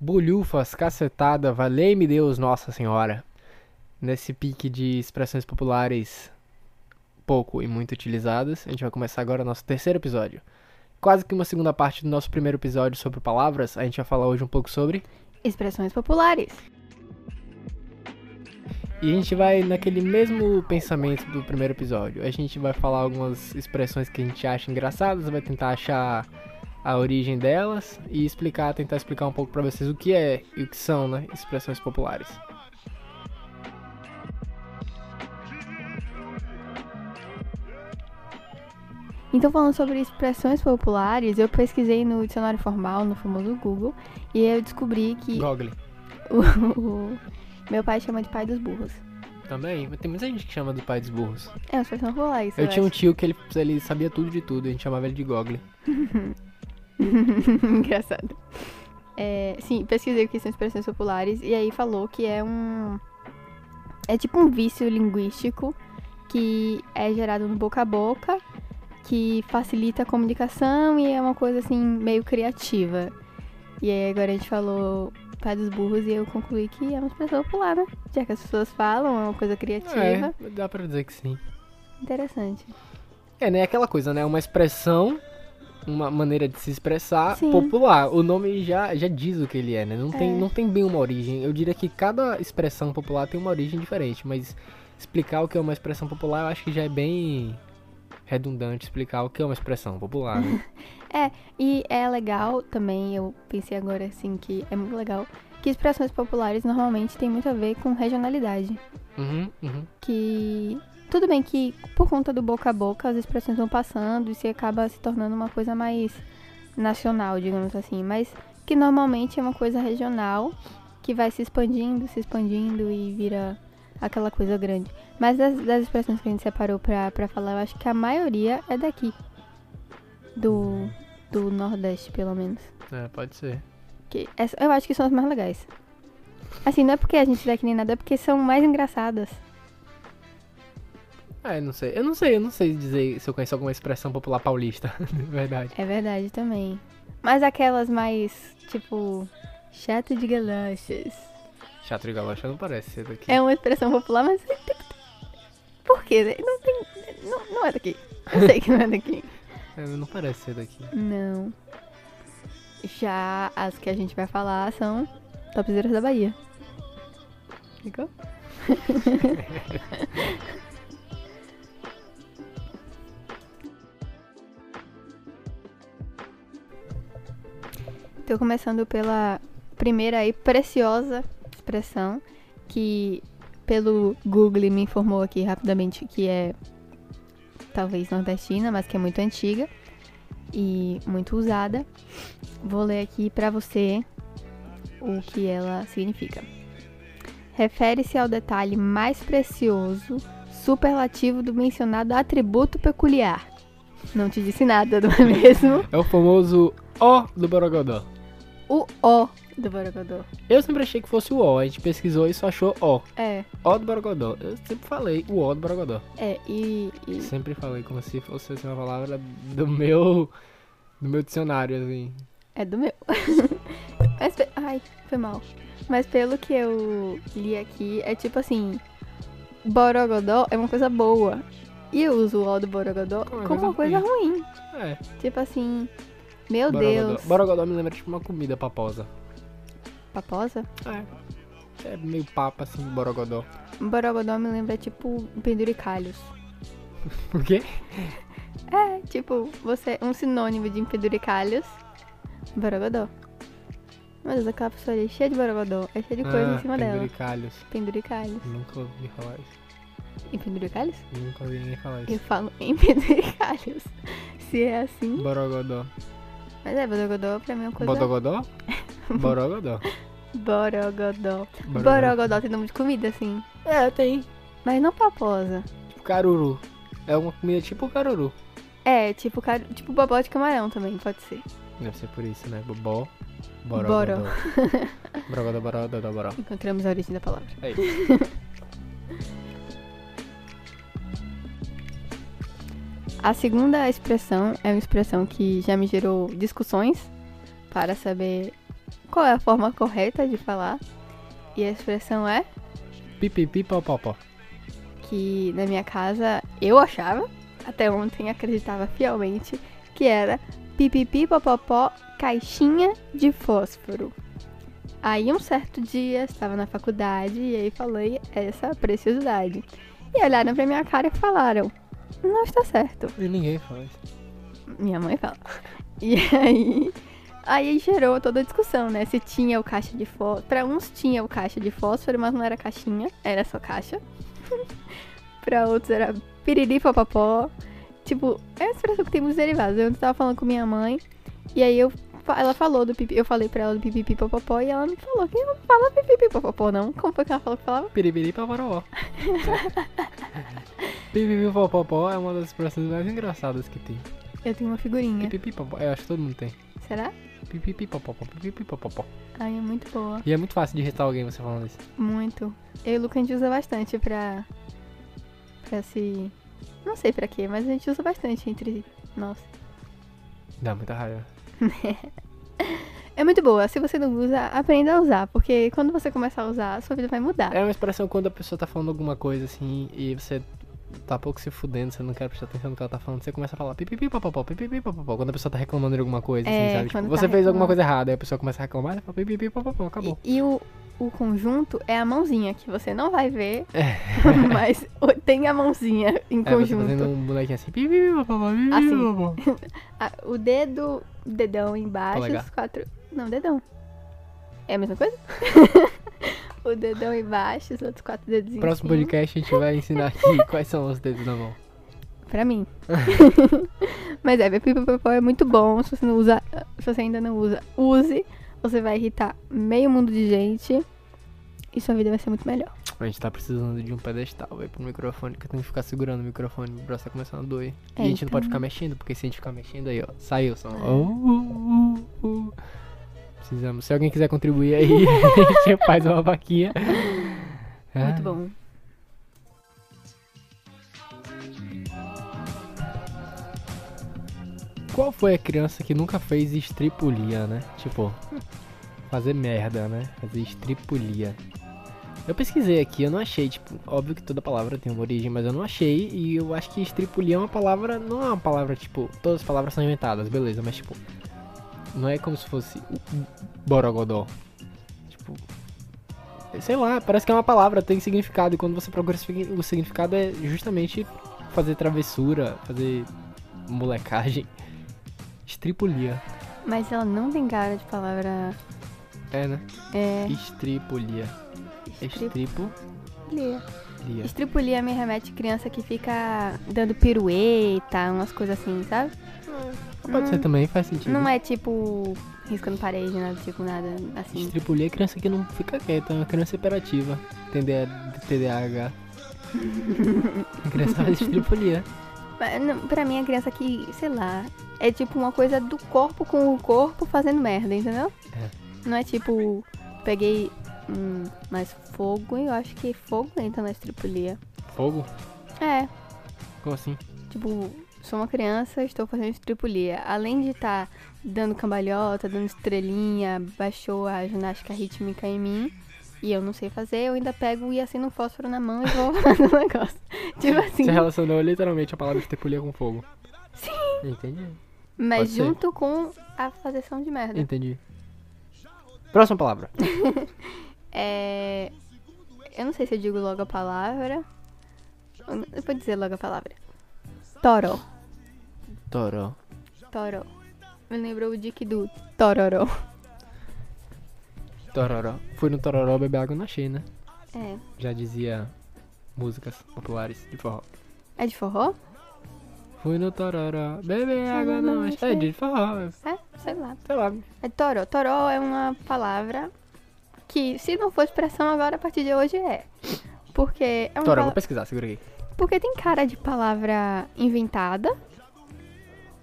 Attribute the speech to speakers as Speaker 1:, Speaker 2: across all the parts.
Speaker 1: bolhufas, cacetada, valei-me Deus, Nossa Senhora. Nesse pique de expressões populares pouco e muito utilizadas, a gente vai começar agora o nosso terceiro episódio. Quase que uma segunda parte do nosso primeiro episódio sobre palavras, a gente vai falar hoje um pouco sobre.
Speaker 2: Expressões populares.
Speaker 1: E a gente vai naquele mesmo pensamento do primeiro episódio. A gente vai falar algumas expressões que a gente acha engraçadas, vai tentar achar a origem delas e explicar, tentar explicar um pouco para vocês o que é e o que são, né, expressões populares.
Speaker 2: Então, falando sobre expressões populares, eu pesquisei no dicionário formal, no famoso Google, e eu descobri que
Speaker 1: Gogli.
Speaker 2: o, o- meu pai chama de pai dos burros.
Speaker 1: Também, mas tem muita gente que chama do pai dos burros.
Speaker 2: É uma expressão popular isso.
Speaker 1: Eu tinha um tio que ele, ele sabia tudo de tudo, a gente chamava ele de Gogli.
Speaker 2: um... Engraçado. É, sim, pesquisei o que são expressões populares, e aí falou que é um... É tipo um vício linguístico que é gerado no boca a boca, que facilita a comunicação e é uma coisa, assim, meio criativa. E aí agora a gente falou pai dos burros e eu concluí que é uma expressão popular, né? Já que as pessoas falam, é uma coisa criativa.
Speaker 1: É, dá pra dizer que sim.
Speaker 2: Interessante.
Speaker 1: É, né? Aquela coisa, né? Uma expressão, uma maneira de se expressar
Speaker 2: Sim.
Speaker 1: popular. O nome já, já diz o que ele é, né? Não tem,
Speaker 2: É.
Speaker 1: não tem bem uma origem. Eu diria que cada expressão popular tem uma origem diferente, mas explicar o que é uma expressão popular eu acho que já é bem redundante explicar o que é uma expressão popular. né?
Speaker 2: E é legal também, eu pensei agora assim que é muito legal, que expressões populares normalmente têm muito a ver com regionalidade.
Speaker 1: uhum, uhum.
Speaker 2: Que tudo bem que por conta do boca a boca as expressões vão passando e se acaba se tornando uma coisa mais nacional, digamos assim, mas que normalmente é uma coisa regional que vai se expandindo, se expandindo e vira aquela coisa grande. Mas das, das expressões que a gente separou pra, pra falar, eu acho que a maioria é daqui. Do, do Nordeste, pelo menos.
Speaker 1: É, pode ser.
Speaker 2: Que essa- eu acho que são as mais legais. Assim, não é porque a gente dá que nem nada, é porque são mais engraçadas.
Speaker 1: Ah, eu não sei. Eu não sei, eu não sei dizer se eu conheço alguma expressão popular paulista, na verdade.
Speaker 2: É verdade também. Mas aquelas mais, tipo, chato de galochas.
Speaker 1: Chato de galocha não parece ser daqui.
Speaker 2: É uma expressão popular, mas. é- Por quê? né? Não tem. Não, não é daqui. Eu sei que não é daqui.
Speaker 1: É, não parece ser daqui.
Speaker 2: Não. Já as que a gente vai falar são topzeiras da Bahia. Ficou? Tô começando pela primeira e preciosa expressão que pelo Google me informou aqui rapidamente que é talvez nordestina, mas que é muito antiga e muito usada. Vou ler aqui pra você o que ela significa. Refere-se ao detalhe mais precioso, superlativo do mencionado atributo peculiar. Não te disse nada, não é mesmo?
Speaker 1: É o famoso O do Borogodó.
Speaker 2: O O do Borogodó.
Speaker 1: Eu sempre achei que fosse o O, a gente pesquisou e só achou O.
Speaker 2: É,
Speaker 1: O do Borogodó. Eu sempre falei o O do Borogodó.
Speaker 2: é, e, e
Speaker 1: Sempre falei como se fosse assim, uma palavra do meu. do meu dicionário, assim.
Speaker 2: é do meu. Mas, pe- ai, foi mal. Mas pelo que eu li aqui, é tipo assim: Borogodó é uma coisa boa. E eu uso o O do Borogodó
Speaker 1: Como uma
Speaker 2: como uma
Speaker 1: coisa
Speaker 2: coisa ruim.
Speaker 1: É.
Speaker 2: Tipo assim, meu
Speaker 1: Borogodó.
Speaker 2: Deus.
Speaker 1: Borogodó me lembra tipo uma comida paposa.
Speaker 2: Paposa?
Speaker 1: É meio papa assim, Borogodó.
Speaker 2: Borogodó me lembra tipo penduricalhos.
Speaker 1: Por quê?
Speaker 2: É, tipo, você um sinônimo de penduricalhos. Borogodó. Meu Deus, aquela pessoa ali cheia de borogodó. É cheia de coisa
Speaker 1: ah,
Speaker 2: em cima dela.
Speaker 1: penduricalhos.
Speaker 2: Penduricalhos.
Speaker 1: Nunca ouvi falar isso.
Speaker 2: Em penduricalhos?
Speaker 1: Nunca ouvi ninguém falar
Speaker 2: Eu
Speaker 1: isso.
Speaker 2: falo em penduricalhos. Se é assim.
Speaker 1: Borogodó.
Speaker 2: Mas é, borogodó pra mim é uma coisa.
Speaker 1: Bodogodó? Borogodó.
Speaker 2: Borogodó. Borogodó tem nome de comida, assim.
Speaker 1: É, tem.
Speaker 2: Mas não paposa.
Speaker 1: Tipo caruru. É uma comida tipo caruru.
Speaker 2: É, tipo, car... tipo bobó de camarão também, pode ser.
Speaker 1: Deve ser por isso, né? Bobó.
Speaker 2: Boro.
Speaker 1: Borogodó. Borogodó, borogodó, boró.
Speaker 2: Encontramos a origem da palavra.
Speaker 1: É isso.
Speaker 2: A segunda expressão é uma expressão que já me gerou discussões para saber qual é a forma correta de falar. E a expressão é
Speaker 1: Pipipi pau pau pau.
Speaker 2: que na minha casa eu achava, até ontem acreditava fielmente, que era pipipi popopó caixinha de fósforo. Aí um certo dia estava na faculdade e aí falei essa preciosidade. E olharam pra minha cara e falaram: Não está certo.
Speaker 1: E ninguém fala isso.
Speaker 2: Minha mãe fala. E aí, aí gerou toda a discussão, né? Se tinha o caixa de fósforo. Pra uns tinha o caixa de fósforo, mas não era caixinha, era só caixa. pra outros era piriri papapó. Tipo, é uma expressão que tem muitos derivados. Eu tava falando com minha mãe, e aí eu, fa- ela falou do pipi, eu falei pra ela do pipipi papapó, e ela me falou que não fala pipipi papapó, não. Como foi que ela falou que falava?
Speaker 1: Piribiri pau paró. Pipipi pau pau pau é uma das expressões mais engraçadas que tem.
Speaker 2: Eu tenho uma figurinha.
Speaker 1: Pipipi pau pau. Eu acho que todo mundo tem.
Speaker 2: Será?
Speaker 1: Pipipi pau pau pau. Pipipi pau pau pau.
Speaker 2: Ai, é muito boa.
Speaker 1: E é muito fácil de irritar alguém você falando isso.
Speaker 2: Muito. Eu e o Luca a gente usa bastante pra. pra se. Não sei pra quê, mas a gente usa bastante entre nós.
Speaker 1: Dá muita raiva.
Speaker 2: É muito boa. Se você não usa, aprenda a usar, porque quando você começar a usar, a sua vida vai mudar.
Speaker 1: É uma expressão quando a pessoa tá falando alguma coisa assim e você tá pouco se fudendo, você não quer prestar atenção no que ela tá falando, você começa a falar pipipi papapó, pipipi papapó, quando a pessoa tá reclamando de alguma coisa,
Speaker 2: É,
Speaker 1: assim, sabe? Tipo,
Speaker 2: quando
Speaker 1: você
Speaker 2: tá
Speaker 1: fez alguma
Speaker 2: reclamando.
Speaker 1: coisa errada, aí a pessoa começa a reclamar, você fala pipipi papapó, acabou.
Speaker 2: E, e o, o conjunto é a mãozinha, que você não vai ver, mas o- tem a mãozinha em
Speaker 1: É, você
Speaker 2: conjunto.
Speaker 1: fazendo um bonequinho assim, pipipi papapó, pipipi
Speaker 2: Assim.
Speaker 1: papapó.
Speaker 2: A- o dedo, dedão embaixo,
Speaker 1: Polegar.
Speaker 2: os quatro. Não, dedão. É a mesma coisa? o dedão embaixo, os outros quatro dedos em
Speaker 1: Próximo
Speaker 2: cima.
Speaker 1: podcast a gente vai ensinar aqui quais são os dedos da mão.
Speaker 2: Pra mim. Mas é, pipipipopó é muito bom. Se você não usa, se você ainda não usa, use. Você vai irritar meio mundo de gente. E sua vida vai ser muito melhor.
Speaker 1: A gente tá precisando de um pedestal, velho, pro microfone, que eu tenho que ficar segurando o microfone, o braço tá começando a doer. e a gente não pode ficar mexendo, porque se a gente ficar mexendo aí, ó, saiu o som. Oh, oh, oh, oh. Precisamos. Se alguém quiser contribuir aí, a gente faz uma vaquinha.
Speaker 2: Muito
Speaker 1: Ah,
Speaker 2: bom.
Speaker 1: Qual foi a criança que nunca fez estripulia, né? Tipo, fazer merda, né? Fazer estripulia. Eu pesquisei aqui, eu não achei, tipo, óbvio que toda palavra tem uma origem, mas eu não achei, e eu acho que estripulia é uma palavra, não é uma palavra, tipo, todas as palavras são inventadas, beleza, mas tipo, não é como se fosse o- o borogodó. Tipo, sei lá, parece que é uma palavra, tem significado, e quando você procura signi- o significado é justamente fazer travessura, fazer molecagem. Estripulia.
Speaker 2: Mas ela não tem cara de palavra.
Speaker 1: É, né?
Speaker 2: É.
Speaker 1: Estripulia. Estripulia.
Speaker 2: Estripulia. Estripulia me remete a criança que fica dando pirueta, umas coisas assim, sabe?
Speaker 1: Pode ser também, faz sentido.
Speaker 2: Hum. Não é tipo riscando parede, nada, tipo nada assim.
Speaker 1: Estripulia é criança que não fica quieta, é uma criança hiperativa. Tem D- TDAH. A criança faz estripulia.
Speaker 2: Mas, não, Pra mim, a criança que, sei lá, é tipo uma coisa do corpo com o corpo fazendo merda, entendeu? Não é tipo, peguei hum, mais fogo e eu acho que fogo entra na estripulia.
Speaker 1: Fogo?
Speaker 2: É,
Speaker 1: Como assim?
Speaker 2: tipo, sou uma criança, estou fazendo estripulia. Além de estar dando cambalhota, dando estrelinha, baixou a ginástica rítmica em mim. E eu não sei fazer, eu ainda pego e acendo um fósforo na mão e vou fazendo o negócio. Tipo assim.
Speaker 1: Você relacionou literalmente a palavra estripulia com fogo. Sim. Entendi. pode
Speaker 2: Mas
Speaker 1: ser.
Speaker 2: junto com a fazerção de merda.
Speaker 1: Entendi. Próxima palavra.
Speaker 2: É. Eu não sei se eu digo logo a palavra. Eu não- eu vou dizer logo a palavra. Toró.
Speaker 1: Toró.
Speaker 2: Toró. Me lembrou o Dick do Tororó.
Speaker 1: Tororó. Fui no Tororó beber água na China.
Speaker 2: É.
Speaker 1: já dizia músicas populares de forró.
Speaker 2: É de forró?
Speaker 1: Fui no Tororó, beber água não,
Speaker 2: não, não
Speaker 1: é de forró,
Speaker 2: É, sei lá.
Speaker 1: sei lá.
Speaker 2: É toró. Toró é uma palavra que, se não for expressão agora, a partir de hoje é. Porque é uma
Speaker 1: Tororó, vou
Speaker 2: pala-
Speaker 1: pesquisar, segura aqui.
Speaker 2: Porque tem cara de palavra inventada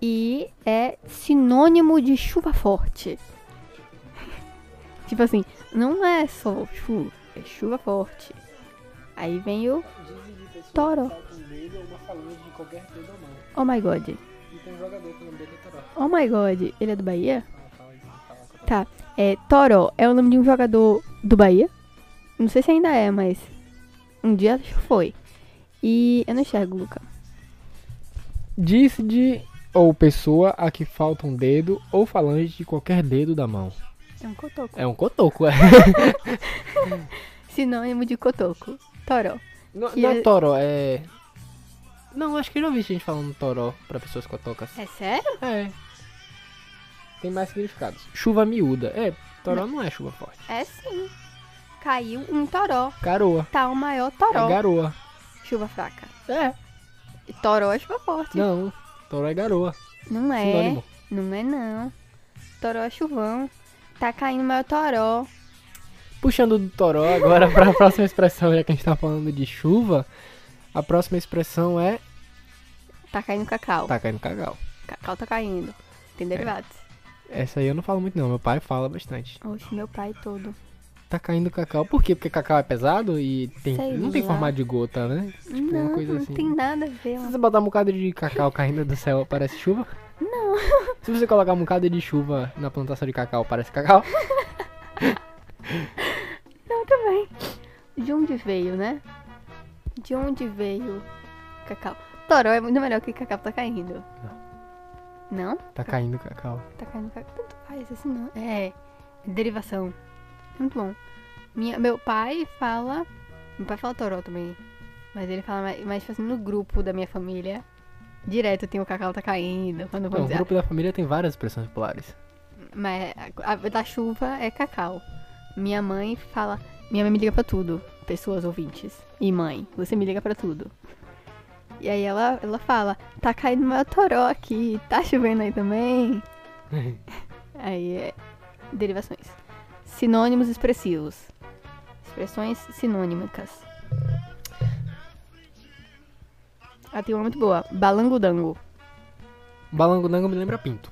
Speaker 2: e é sinônimo de chuva forte. tipo assim, não é só chuva, é chuva forte. Aí vem o Toro. Oh my god.
Speaker 1: E tem um jogador que o nome dele é Toró.
Speaker 2: Oh my god. Ele é do Bahia? Tá. É, Toró é o nome de um jogador do Bahia. Não sei se ainda é, mas um dia acho que foi. E eu não enxergo, Luca.
Speaker 1: Diz de ou pessoa a que falta um dedo ou falange de qualquer dedo da mão.
Speaker 2: É um cotoco.
Speaker 1: É um cotoco, é.
Speaker 2: Sinônimo de cotoco. Toró.
Speaker 1: Não,
Speaker 2: Que
Speaker 1: não é
Speaker 2: é-
Speaker 1: toró, é. Não, acho que eu já vi gente falando toró pra pessoas cotocas.
Speaker 2: É sério?
Speaker 1: É. Tem mais significados. Chuva miúda. É, toró não, é chuva forte.
Speaker 2: É sim. Caiu um toró.
Speaker 1: Garoa.
Speaker 2: Tá o maior
Speaker 1: É
Speaker 2: toró.
Speaker 1: garoa.
Speaker 2: Chuva fraca.
Speaker 1: É.
Speaker 2: E toró é chuva forte.
Speaker 1: Não, toró é garoa.
Speaker 2: Não é.
Speaker 1: Sinônimo.
Speaker 2: Não é não. Toró é chuvão. Tá caindo o maior toró.
Speaker 1: Puxando do toró agora pra próxima expressão, já que a gente tá falando de chuva, a próxima expressão é
Speaker 2: Tá caindo cacau.
Speaker 1: tá caindo cagau.
Speaker 2: Cacau tá caindo. Tem derivados.
Speaker 1: Essa aí eu não falo muito não, meu pai fala bastante.
Speaker 2: Oxe, meu pai todo.
Speaker 1: Tá caindo cacau, por quê? Porque cacau é pesado e tem,
Speaker 2: Sei
Speaker 1: não tem
Speaker 2: lá.
Speaker 1: formato de gota, né? Tipo,
Speaker 2: não,
Speaker 1: uma coisa
Speaker 2: não
Speaker 1: assim.
Speaker 2: tem nada a ver.
Speaker 1: Se você botar um bocado de cacau caindo do céu, parece chuva? Não. Se você colocar um bocado de chuva na plantação de cacau, parece cacau?
Speaker 2: Não, também. De onde veio, né? De onde veio cacau? Toró é muito melhor que cacau tá caindo. Não?
Speaker 1: Tá caindo cacau.
Speaker 2: Tá caindo cacau. Tanto faz, assim não. É. Derivação. Muito bom. Minha, meu pai fala. Meu pai fala toró também. Mas ele fala mais, mais tipo assim, no grupo da minha família. Direto tem o cacau tá caindo. Quando
Speaker 1: Não, o
Speaker 2: vamos dizer,
Speaker 1: grupo da família tem várias expressões populares.
Speaker 2: Mas a, a da chuva é cacau. Minha mãe fala. Minha mãe me liga pra tudo. Pessoas ouvintes. E mãe, você me liga pra tudo. E aí ela, ela fala: tá caindo meu toró aqui. Tá chovendo aí também? Aí é. Derivações. Sinônimos expressivos. Expressões sinônimicas. Ah, tem uma muito boa. Balangodango.
Speaker 1: Balangodango me lembra pinto.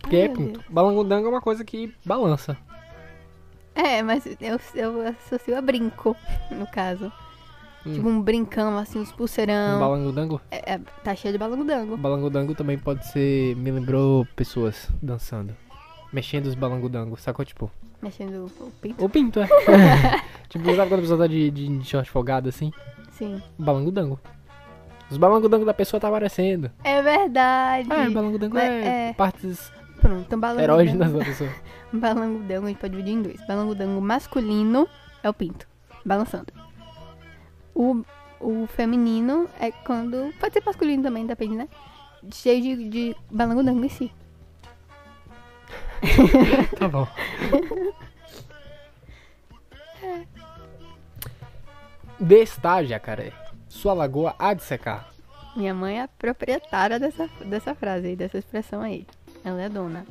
Speaker 1: Porque
Speaker 2: Ai,
Speaker 1: é
Speaker 2: meu
Speaker 1: pinto. Balangodango é uma coisa que balança.
Speaker 2: É, mas eu, eu associo a brinco, no caso.
Speaker 1: Hum.
Speaker 2: Tipo um brincão, assim, uns
Speaker 1: Um
Speaker 2: pulseirão.
Speaker 1: balangodango.
Speaker 2: É, é, tá cheio de balangodango.
Speaker 1: Balangodango também pode ser. Me lembrou pessoas dançando. Mexendo os balangudangos, sacou? Tipo.
Speaker 2: Mexendo o pinto.
Speaker 1: O pinto, é. tipo, sabe quando a pessoa tá de, de, de short folgado assim?
Speaker 2: Sim.
Speaker 1: Balangodango. Os balangudangos da pessoa tá aparecendo.
Speaker 2: É verdade.
Speaker 1: É, balangodango
Speaker 2: Mas
Speaker 1: é,
Speaker 2: é-
Speaker 1: partes
Speaker 2: Pronto, então
Speaker 1: erógenas
Speaker 2: balangodango.
Speaker 1: da pessoa.
Speaker 2: Balangodango a gente pode dividir em dois. Balangodango masculino é o pinto, balançando. O, o feminino é quando. Pode ser masculino também, depende, né? Cheio de, de balangodango em si.
Speaker 1: Tá bom. Destar, jacaré. Sua lagoa há de secar.
Speaker 2: Minha mãe é a proprietária dessa, dessa frase aí, dessa expressão aí. Ela é dona.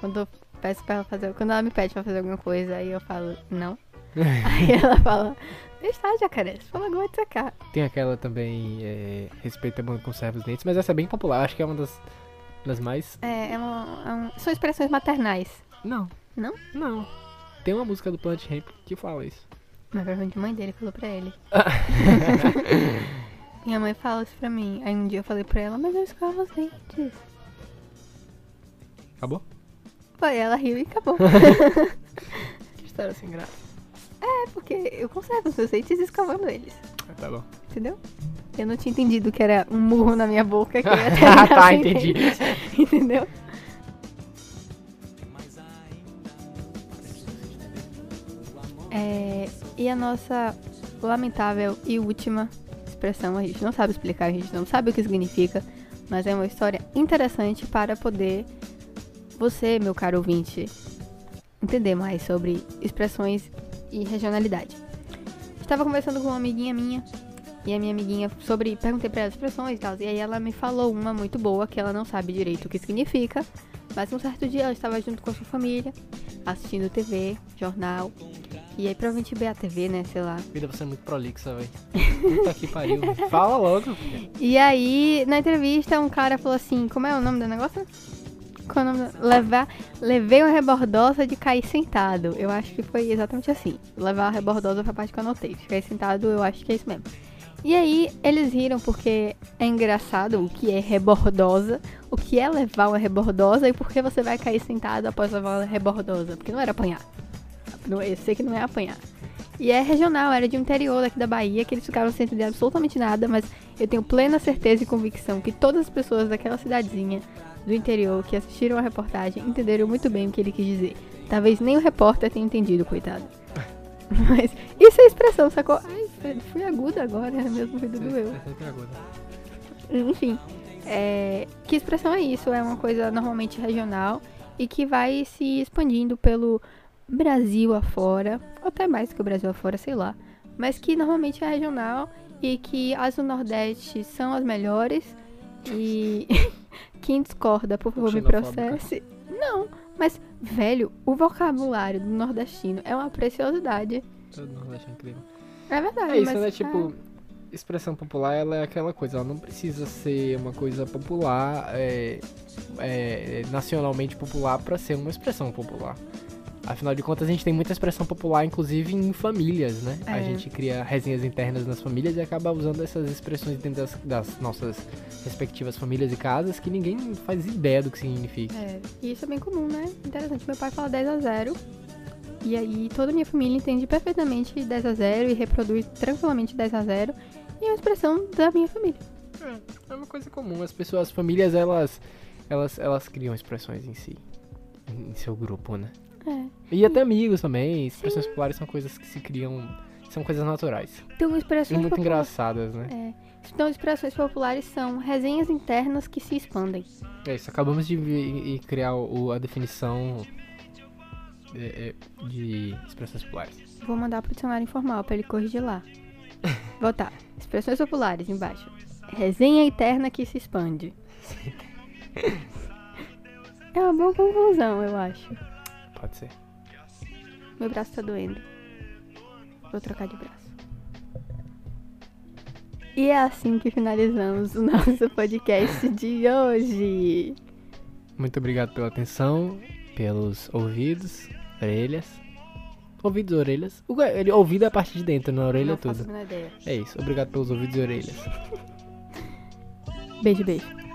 Speaker 2: Quando eu peço pra ela fazer. Quando ela me pede pra fazer alguma coisa, aí eu falo, não. aí ela fala, está, jacaré, você falou agora de secar.
Speaker 1: Tem aquela também, é, respeita bom conserva os dentes, mas essa é bem popular, acho que é uma das, das mais...
Speaker 2: É, é um- é um- são expressões maternais.
Speaker 1: Não.
Speaker 2: Não?
Speaker 1: Não. Tem uma música do Plant Ramp que fala isso.
Speaker 2: Mas provavelmente a mãe dele falou pra ele. Minha mãe fala isso pra mim. Aí um dia eu falei pra ela, mas eu escovo os é dentes.
Speaker 1: Acabou?
Speaker 2: Foi, ela riu e acabou. assim.
Speaker 1: Que história sem graça.
Speaker 2: é porque eu conservo os meus dentes escovando eles.
Speaker 1: Ah, tá bom.
Speaker 2: Entendeu? Eu não tinha entendido que era um murro na minha boca que eu ia
Speaker 1: Ah,
Speaker 2: terminar
Speaker 1: tá,
Speaker 2: sem
Speaker 1: entendi.
Speaker 2: dente. Entendeu? É, e a nossa lamentável e última expressão, a gente não sabe explicar, a gente não sabe o que significa, mas é uma história interessante para poder você, meu caro ouvinte, entender mais sobre expressões e regionalidade. Estava conversando com uma amiguinha minha e a minha amiguinha sobre perguntei pra ela as expressões e tal, e aí ela me falou uma muito boa que ela não sabe direito o que significa, mas um certo dia ela estava junto com a sua família, assistindo TV, jornal, e aí provavelmente BATV, né, sei lá.
Speaker 1: Vida, você é muito prolixa, velho. Puta que pariu. véi. Fala logo.
Speaker 2: E aí, na entrevista, um cara falou assim: Como é o nome do negócio? qual é o nome? Levar, levei uma rebordosa de cair sentado. Eu acho que foi exatamente assim. Levar a rebordosa foi a parte que eu anotei. De cair sentado, eu acho que é isso mesmo. E aí, eles riram porque é engraçado o que é rebordosa, o que é levar uma rebordosa e por que você vai cair sentado após levar uma rebordosa. Porque não era apanhar. Não- Eu sei que não é apanhar. E é regional, era de um interior daqui da Bahia, que eles ficaram sem entender absolutamente nada, mas eu tenho plena certeza e convicção que todas as pessoas daquela cidadezinha do interior que assistiram a reportagem entenderam muito bem o que ele quis dizer. Talvez nem o repórter tenha entendido, coitado. Mas isso é expressão, sacou? Ai, fui- fui aguda agora, meu ouvido doeu. Enfim, é, que expressão é isso? É uma coisa normalmente regional e que vai se expandindo pelo Brasil afora, ou até mais que o Brasil afora, sei lá. Mas que normalmente é regional e que as do Nordeste são as melhores. E quem discorda, por favor, me
Speaker 1: Xenofóbica.
Speaker 2: processe. Não, mas, velho, o vocabulário do nordestino é uma preciosidade.
Speaker 1: Todo mundo acha incrível.
Speaker 2: É verdade.
Speaker 1: É isso,
Speaker 2: mas,
Speaker 1: né? Tipo, expressão popular, ela é aquela coisa. Ela não precisa ser uma coisa popular, é, é, nacionalmente popular, pra ser uma expressão popular. Afinal de contas, a gente tem muita expressão popular, inclusive em famílias, né? A
Speaker 2: É.
Speaker 1: gente cria resenhas internas nas famílias e acaba usando essas expressões dentro das, das nossas respectivas famílias e casas que ninguém faz ideia do que significa.
Speaker 2: É, e isso é bem comum, né? Interessante, meu pai fala 10 a 0 e aí toda a minha família entende perfeitamente 10 a 0 e reproduz tranquilamente 10 a 0 e é uma expressão da minha família.
Speaker 1: É uma coisa comum, as pessoas, as famílias, elas, elas, elas criam expressões em si, em em seu grupo, né?
Speaker 2: É.
Speaker 1: E até amigos também, expressões populares são coisas que se criam, são coisas naturais.
Speaker 2: Então
Speaker 1: E
Speaker 2: expressões
Speaker 1: muito
Speaker 2: populares-
Speaker 1: engraçadas, né?
Speaker 2: É. Então expressões populares são resenhas internas que se expandem.
Speaker 1: É isso, acabamos de vi- e criar o, a definição é, é, de expressões populares.
Speaker 2: Vou mandar pro dicionário informal pra ele corrigir lá. Voltar. Expressões populares embaixo. Resenha interna que se expande. É uma boa conclusão, eu acho.
Speaker 1: Pode ser.
Speaker 2: Meu braço tá doendo. Vou trocar de braço. E é assim que finalizamos o nosso podcast de hoje.
Speaker 1: Muito obrigado pela atenção, pelos ouvidos, orelhas. Ouvidos, orelhas. O, ele- ouvido é a parte de dentro, na orelha é
Speaker 2: Não
Speaker 1: toda.
Speaker 2: faço a menor ideia.
Speaker 1: É isso, obrigado pelos ouvidos e orelhas.
Speaker 2: Beijo, beijo.